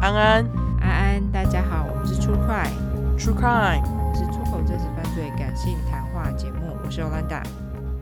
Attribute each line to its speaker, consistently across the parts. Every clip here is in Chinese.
Speaker 1: 安安
Speaker 2: 安安，大家好，我们是出快，
Speaker 1: True Crime，
Speaker 2: 是出口真实犯罪感性谈话节目，我是 Olanda。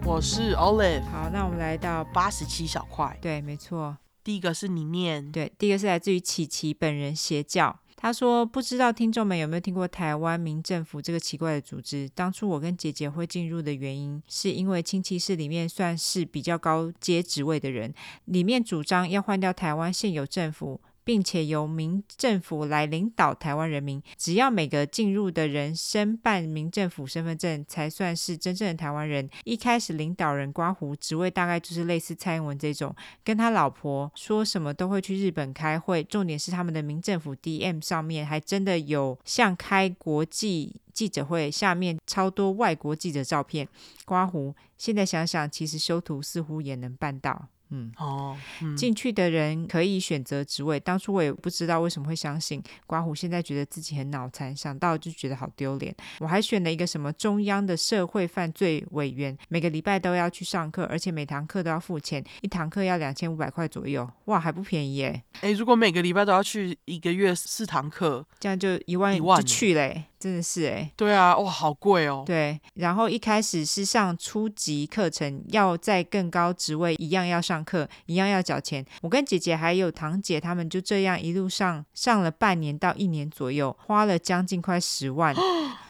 Speaker 1: 我是 Olive，
Speaker 2: 好，那我们来到
Speaker 1: 八十七小块。
Speaker 2: 对，没错，
Speaker 1: 第一个是你念，
Speaker 2: 对，第一个是来自于琪琪本人邪教。他说：“不知道听众们有没有听过台湾民政府这个奇怪的组织？当初我跟姐姐会进入的原因，是因为亲戚室里面算是比较高阶职位的人，里面主张要换掉台湾现有政府，并且由民政府来领导台湾人民。只要每个进入的人申办民政府身份证，才算是真正的台湾人。一开始领导人刮胡职位大概就是类似蔡英文这种，跟他老婆说什么都会去日本开会。重点是他们的民政府 DM 上面还真的有像开国际记者会，下面超多外国记者照片。刮胡，现在想想，其实修图似乎也能办到。嗯，
Speaker 1: 哦，嗯
Speaker 2: 进去的人可以选择职位。当初我也不知道为什么会相信刮胡，现在觉得自己很脑残，想到就觉得好丢脸。我还选了一个什么中央的社会犯罪委员，每个礼拜都要去上课，而且每堂课都要付钱，一堂课要两千五百块左右，哇，还不便宜耶！
Speaker 1: 哎、如果每个礼拜都要去一个月四堂课，
Speaker 2: 这样就一万
Speaker 1: 一万
Speaker 2: 就去嘞、真的是哎、
Speaker 1: 对啊，哇，好贵哦。
Speaker 2: 对，然后一开始是上初级课程，要在更高职位一样要上课，一样要缴钱。我跟姐姐还有堂姐他们就这样一路上上了半年到一年左右，花了将近快十万，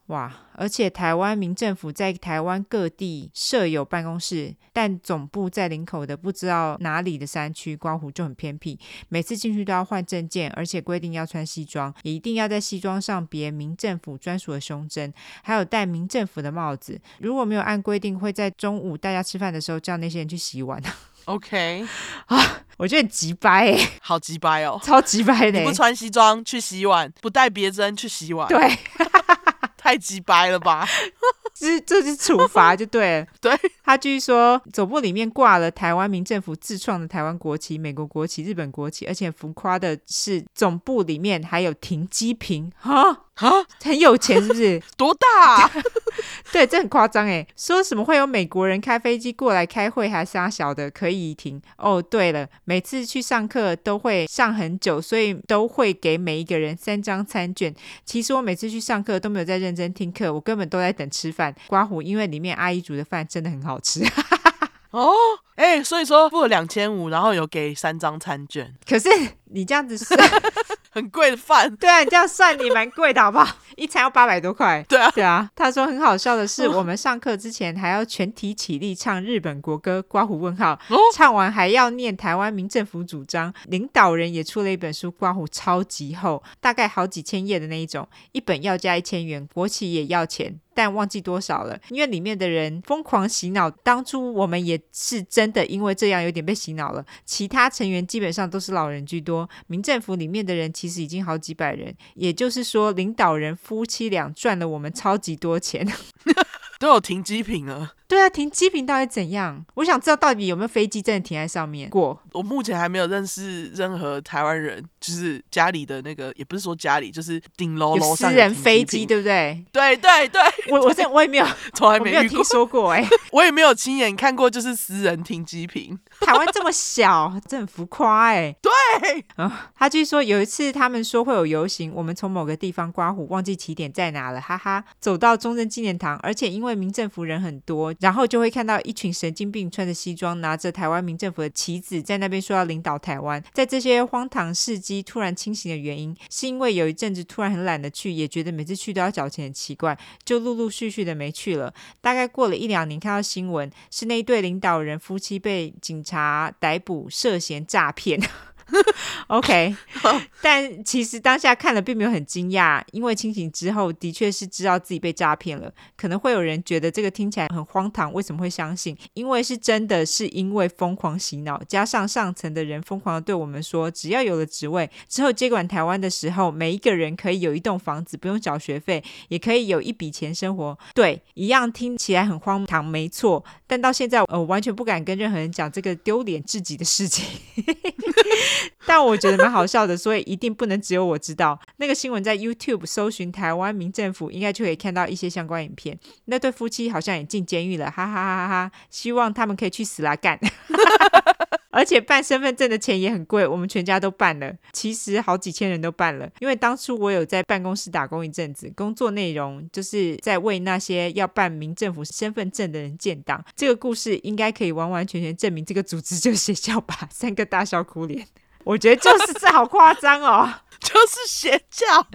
Speaker 2: 哇！而且台湾民政府在台湾各地设有办公室，但总部在林口的不知道哪里的山区，刮胡就很偏僻，每次进去都要换证件，而且规定要穿西装，也一定要在西装上别民政府专属的胸针。还有戴民政府的帽子。如果没有按规定，会在中午大家吃饭的时候叫那些人去洗碗。啊
Speaker 1: OK，
Speaker 2: 我觉得很急掰哎、
Speaker 1: 好鸡掰哦。
Speaker 2: 超急掰的、
Speaker 1: 你不
Speaker 2: 欸。
Speaker 1: 穿西装去洗碗，不带别针去洗碗，
Speaker 2: 对，啊
Speaker 1: 太鸡掰了吧？
Speaker 2: 这这是处罚就对了。
Speaker 1: 对，
Speaker 2: 他继续说，总部里面挂了台湾民政府自创的台湾国旗、美国国旗、日本国旗，而且浮夸的是，总部里面还有停机坪，哈，
Speaker 1: 啊，
Speaker 2: 很有钱是不是？
Speaker 1: 多大、啊？
Speaker 2: 对，这很夸张哎！说什么会有美国人开飞机过来开会，还是他小的可以停？哦，对了，每次去上课都会上很久，所以都会给每一个人三张餐券。其实我每次去上课都没有在认真听课，我根本都在等吃饭。刮胡，因为里面阿姨煮的饭真的很好吃。
Speaker 1: 哦，哎、所以说付了两千五，然后有给三张餐券，
Speaker 2: 可是你这样子算，
Speaker 1: 很贵的饭。
Speaker 2: 对啊，你这样算你蛮贵的好不好？ 一餐要八百多块。
Speaker 1: 对啊，哦
Speaker 2: 对啊，他说很好笑的是，我们上课之前还要全体起立唱日本国歌，刮胡问号，
Speaker 1: 哦
Speaker 2: 唱完还要念台湾民政府主张，领导人也出了一本书，刮胡超级厚，大概好几千页的那一种，一本要价一千元，国旗也要钱。但忘记多少了，因为里面的人疯狂洗脑。当初我们也是真的因为这样有点被洗脑了。其他成员基本上都是老人居多，民政府里面的人其实已经好几百人，也就是说，领导人夫妻俩赚了我们超级多钱。
Speaker 1: 都有停机坪了。
Speaker 2: 对啊，停机坪到底怎样？我想知道到底有没有飞机真的停在上面过？
Speaker 1: 我目前还没有认识任何台湾人，就是家里的那个，也不是说家里，就是顶楼
Speaker 2: 有
Speaker 1: 楼
Speaker 2: 私
Speaker 1: 上
Speaker 2: 人
Speaker 1: 有停机
Speaker 2: 飞机，
Speaker 1: 坪。
Speaker 2: 对不对？
Speaker 1: 对对对，
Speaker 2: 我我真的我也 没有，
Speaker 1: 从来
Speaker 2: 我没有
Speaker 1: 遇过
Speaker 2: 听，说过哎、
Speaker 1: 我也没有亲眼看过，就是私人停机 坪。
Speaker 2: 台湾这么小，真的很浮夸哎、
Speaker 1: 对，
Speaker 2: 他据说有一次他们说会有游行，我们从某个地方刮胡，忘记起点在哪了，哈哈。走到中正纪念堂，而且因为民政府人很多，然后就会看到一群神经病穿着西装，拿着台湾民政府的旗子，在那边说要领导台湾。在这些荒唐事迹突然清醒的原因，是因为有一阵子突然很懒得去，也觉得每次去都要缴钱很奇怪，就陆陆续续的没去了。大概过了一两年，看到新闻是那一对领导人夫妻被警察逮捕，涉嫌诈骗。OK，但其实当下看了并没有很惊讶，因为清醒之后的确是知道自己被诈骗了。可能会有人觉得这个听起来很荒唐，为什么会相信？因为是真的是因为疯狂洗脑，加上上层的人疯狂的对我们说，只要有了职位之后接管台湾的时候，每一个人可以有一栋房子，不用缴学费，也可以有一笔钱生活。对，一样听起来很荒唐，没错。但到现在，呃我完全不敢跟任何人讲这个丢脸至极的事情。但我觉得蛮好笑的，所以一定不能只有我知道。那个新闻在 YouTube 搜寻台湾民政府，应该就可以看到一些相关影片。那对夫妻好像也进监狱了，哈哈哈哈！希望他们可以去死啦干。 而且办身份证的钱也很贵，我们全家都办了，其实好几千人都办了。因为当初我有在办公室打工一阵子，工作内容就是在为那些要办民政府身份证的人建档。这个故事应该可以完完全全证明这个组织就是 邪教吧？三个大笑哭脸，我觉得就是这好夸张哦，
Speaker 1: 就是邪教，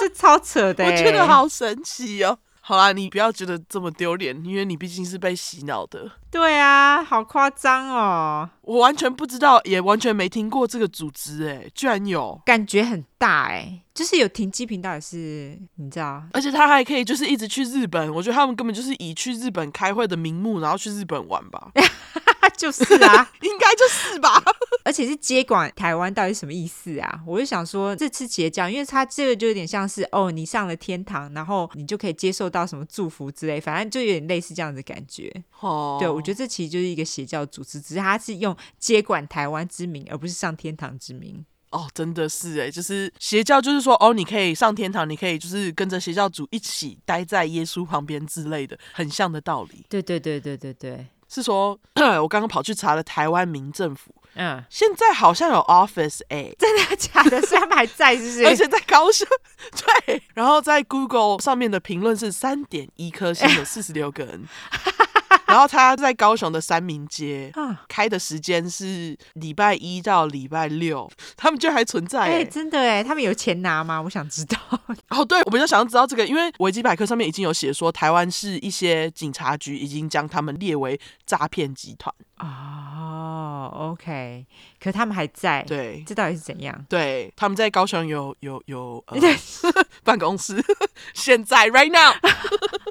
Speaker 2: 这超扯的、
Speaker 1: 我
Speaker 2: 欸，
Speaker 1: 觉得好神奇哦。好啦，你不要觉得这么丢脸，因为你毕竟是被洗脑的。
Speaker 2: 对啊，好夸张哦，
Speaker 1: 我完全不知道，也完全没听过这个组织、欸，哎，居然有，
Speaker 2: 感觉很大哎、就是有停机频道也是，你知道，
Speaker 1: 而且他还可以就是一直去日本。我觉得他们根本就是以去日本开会的名目，然后去日本玩吧，
Speaker 2: 就是啊。
Speaker 1: 应该就是吧。
Speaker 2: 而且是接管台湾到底什么意思啊？我就想说，这次邪教，因为它这个就有点像是哦，你上了天堂，然后你就可以接受到什么祝福之类，反正就有点类似这样的感觉。
Speaker 1: 哦，
Speaker 2: 对，我觉得这其实就是一个邪教组织，只是它是用接管台湾之名，而不是上天堂之名。
Speaker 1: 哦，真的是哎，就是邪教，就是说哦，你可以上天堂，你可以就是跟着邪教主一起待在耶稣旁边之类的，很像的道理。
Speaker 2: 对对对对对对，
Speaker 1: 是说， 我刚刚跑去查了台湾民政府，
Speaker 2: 嗯，
Speaker 1: 现在好像有 Office A，
Speaker 2: 真的假的？所以他们还在，是不是？
Speaker 1: 而且在高雄， 对，然后在 Google 上面的评论是三点一颗星，有四十六个人。然后他在高雄的三明街
Speaker 2: 啊，
Speaker 1: 开的时间是礼拜一到礼拜六，他们居然还存在、
Speaker 2: 哎、
Speaker 1: 欸。
Speaker 2: 真的哎，他们有钱拿吗？我想知道。
Speaker 1: 哦，对，我比较想要知道这个，因为维基百科上面已经有写说，台湾是一些警察局已经将他们列为诈骗集团。
Speaker 2: 哦，OK，可他们还在，，
Speaker 1: 对，
Speaker 2: 这到底是怎样？
Speaker 1: 对，他们在高雄有有有、呃、办公室，现在 right now，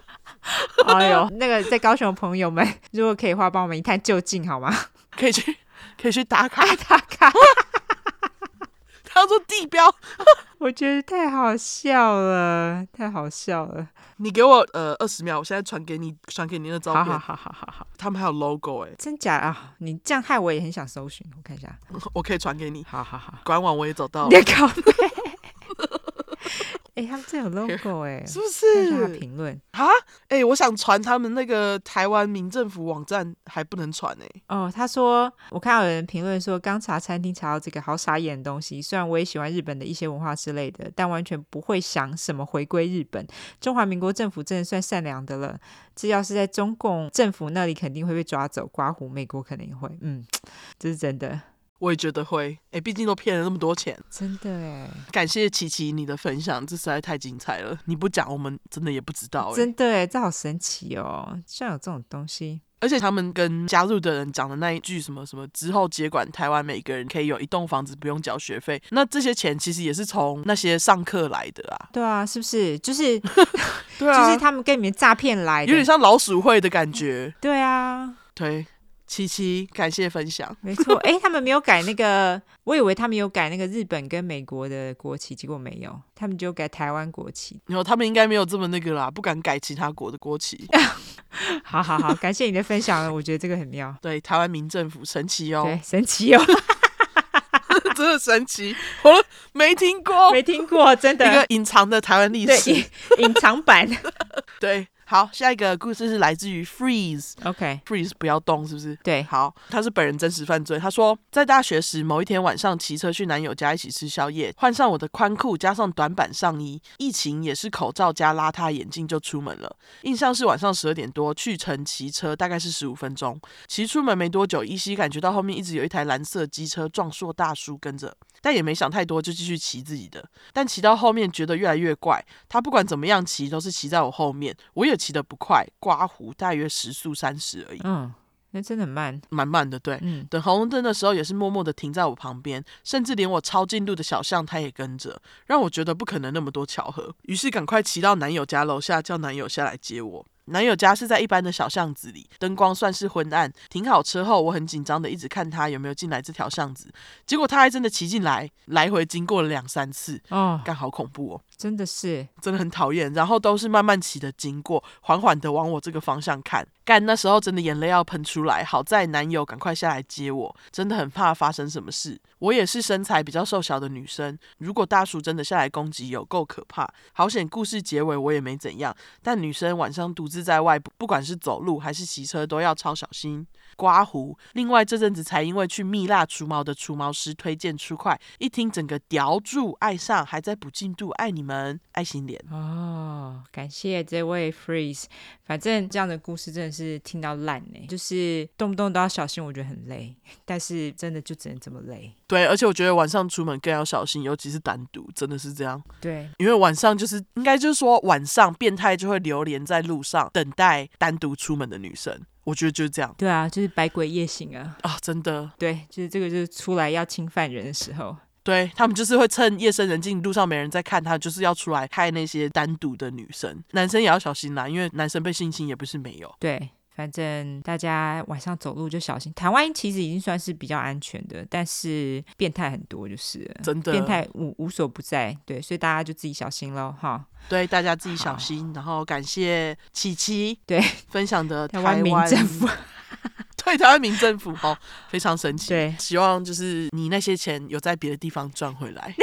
Speaker 2: 哎呦，那个在高雄的朋友们，如果可以的话，帮我们一探究竟好吗？
Speaker 1: 可以去可以去打卡。
Speaker 2: 打卡，
Speaker 1: 他说地标，
Speaker 2: 我觉得太好笑了，太好笑了。
Speaker 1: 你给我呃二十秒，我现在传给你传给你的照
Speaker 2: 好
Speaker 1: 片，
Speaker 2: 好好好好好，
Speaker 1: 他们还有 logo 哎、
Speaker 2: 真假啊？你这样害我也很想搜寻，我看一下。
Speaker 1: 我可以传给你。
Speaker 2: 好好好，
Speaker 1: 官网我也找到
Speaker 2: 你
Speaker 1: 了，
Speaker 2: 的靠背。 哎、他们真有 logo 哎、
Speaker 1: 是不
Speaker 2: 看一下他的
Speaker 1: 是？
Speaker 2: 评论
Speaker 1: 啊，哎、我想传他们那个台湾民政府网站，还不能传哎、
Speaker 2: 哦，他说我看到有人评论说，刚查餐厅查到这个好傻眼的东西。虽然我也喜欢日本的一些文化之类的，但完全不会想什么回归日本。中华民国政府真的算善良的了，这要是在中共政府那里肯定会被抓走，刮胡美国可能也会，嗯，这是真的，
Speaker 1: 我也觉得会，哎、毕竟都骗了那么多钱。
Speaker 2: 真的哎，
Speaker 1: 感谢琪琪你的分享，这实在太精彩了。你不讲，我们真的也不知道、哎。
Speaker 2: 真的哎，这好神奇哦，居然有这种东西。
Speaker 1: 而且他们跟加入的人讲的那一句什么什么之后接管台湾每个人可以有一栋房子不用缴学费，那这些钱其实也是从那些上课来的啊。
Speaker 2: 对啊，是不是？就是、
Speaker 1: 对
Speaker 2: 就是他们跟你们诈骗来
Speaker 1: 有点
Speaker 2: 的。
Speaker 1: 像老鼠会的感觉。
Speaker 2: 对啊，
Speaker 1: 对，七七，感谢分享。
Speaker 2: 没错，哎、他们没有改那个， 我以为他们有改那个日本跟美国的国旗，结果没有，他们就改台湾国旗。
Speaker 1: 然后他们应该没有这么那个啦，不敢改其他国的国旗。
Speaker 2: 好好好，感谢你的分享了，我觉得这个很妙，
Speaker 1: 对，台湾民政府神奇哦，
Speaker 2: 对，神奇 哦，
Speaker 1: 真的神奇，我都没听过
Speaker 2: 没听过，真
Speaker 1: 一个
Speaker 2: 的，
Speaker 1: 隐藏的台湾历
Speaker 2: 对，
Speaker 1: 史。
Speaker 2: 隐隐藏版。
Speaker 1: 对，好，下一个故事是来自于 Freeze。
Speaker 2: OK，
Speaker 1: freeze 不要动，是不是？
Speaker 2: 对
Speaker 1: 好，他是本人真实犯罪。他说，在大学时某一天晚上，骑车去男友家一起吃宵夜，换上我的宽裤加上短版上衣，疫情也是口罩加邋遢眼镜就出门了。印象是晚上十二点多，去城骑车大概是十五分钟。骑出门没多久，依稀感觉到后面一直有一台蓝色机车壮硕大叔跟着，但也没想太多，就继续骑自己的。但骑到后面觉得越来越怪，他不管怎么样骑都是骑在我后面，我也骑得不快，刮胡大约时速三十而已。
Speaker 2: 嗯，那真的很慢，
Speaker 1: 蛮慢的，对。
Speaker 2: 嗯，
Speaker 1: 等红灯的时候，也是默默的停在我旁边，甚至连我超近路的小巷，他也跟着，让我觉得不可能那么多巧合。于是赶快骑到男友家楼下，叫男友下来接我。男友家是在一般的小巷子里，灯光算是昏暗。停好车后，我很紧张的一直看他有没有进来这条巷子，结果他还真的骑进来，来回经过了两三次，
Speaker 2: 哦，
Speaker 1: 干好恐怖哦！
Speaker 2: 真的是
Speaker 1: 真的很讨厌。然后都是慢慢骑的经过，缓缓的往我这个方向看。干那时候真的眼泪要喷出来，好在男友赶快下来接我，真的很怕发生什么事。我也是身材比较瘦小的女生，如果大叔真的下来攻击，有够可怕。好险故事结尾我也没怎样，但女生晚上独自在外，不不管是走路还是骑车，都要超小心。刮胡。另外这阵子才因为去蜜蜡除毛的除毛师推荐出块，一听整个叼住，爱上，还在补进度，爱你们，爱心脸。
Speaker 2: 哦，感谢这位 Freeze。反正这样的故事真的是听到烂呢、就是动不动都要小心，我觉得很累，但是真的就只能这么累。
Speaker 1: 对，而且我觉得晚上出门更要小心，尤其是单独，真的是这样。
Speaker 2: 对，
Speaker 1: 因为晚上就是应该就是说晚上变态就会流连在路上，等待单独出门的女生。我觉得就是这样
Speaker 2: 对啊，就是百鬼夜行啊。
Speaker 1: 啊，真的，
Speaker 2: 对，就是这个，就是出来要侵犯人的时候。
Speaker 1: 对他们就是会趁夜深人静，路上没人在看他，就是要出来害那些单独的女生。男生也要小心啦，因为男生被性侵也不是没有。
Speaker 2: 对，反正大家晚上走路就小心。台湾其实已经算是比较安全的，但是变态很多，就是了
Speaker 1: 真的，
Speaker 2: 变态无无所不在。对，所以大家就自己小心喽，哈。
Speaker 1: 对大家自己小心，然后感谢琪琪
Speaker 2: 对
Speaker 1: 分享的
Speaker 2: 台
Speaker 1: 湾
Speaker 2: 湾民政府
Speaker 1: 对台湾民 政府哦，非常神奇。
Speaker 2: 对
Speaker 1: 希望就是你那些钱有在别的地方赚回来，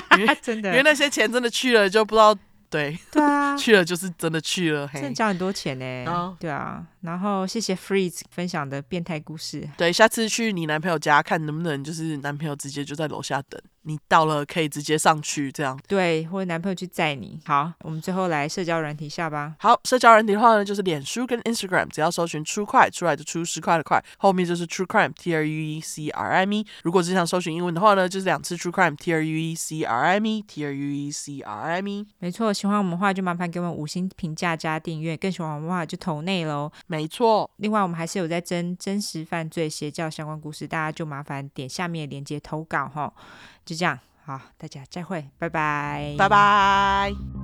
Speaker 2: 真
Speaker 1: 因为
Speaker 2: 的，
Speaker 1: 那些钱真的去了就不知道，对，
Speaker 2: 对啊，
Speaker 1: 去了就是真的去了，
Speaker 2: 真的
Speaker 1: 嘿。
Speaker 2: 交很多钱呢、
Speaker 1: 哦
Speaker 2: 对啊，然后谢谢 Freeze 分享的变态故事。
Speaker 1: 对，下次去你男朋友家看能不能，就是男朋友直接就在楼下等你到了，可以直接上去这样。
Speaker 2: 对，或者男朋友去载你。好，我们最后来社交软体下吧。
Speaker 1: 好，社交人体的话呢，就是脸书跟 Instagram，只要搜寻“出块”出来就出十块的块，后面就是 True Crime，T R U E C R I M E。如果只想搜寻英文的话呢，就是两次 True Crime，T R U E C R I M E，T R U E C R I M E。
Speaker 2: 没错，喜欢我们的话就麻烦给我们五星评价加订阅，更喜欢我们的话就投内喽。
Speaker 1: 没错，
Speaker 2: 另外，我们还是有在征真实犯罪、邪教相关故事，大家就麻烦点下面的链接投稿哈。就这样，好，大家再会，拜拜，
Speaker 1: 拜拜。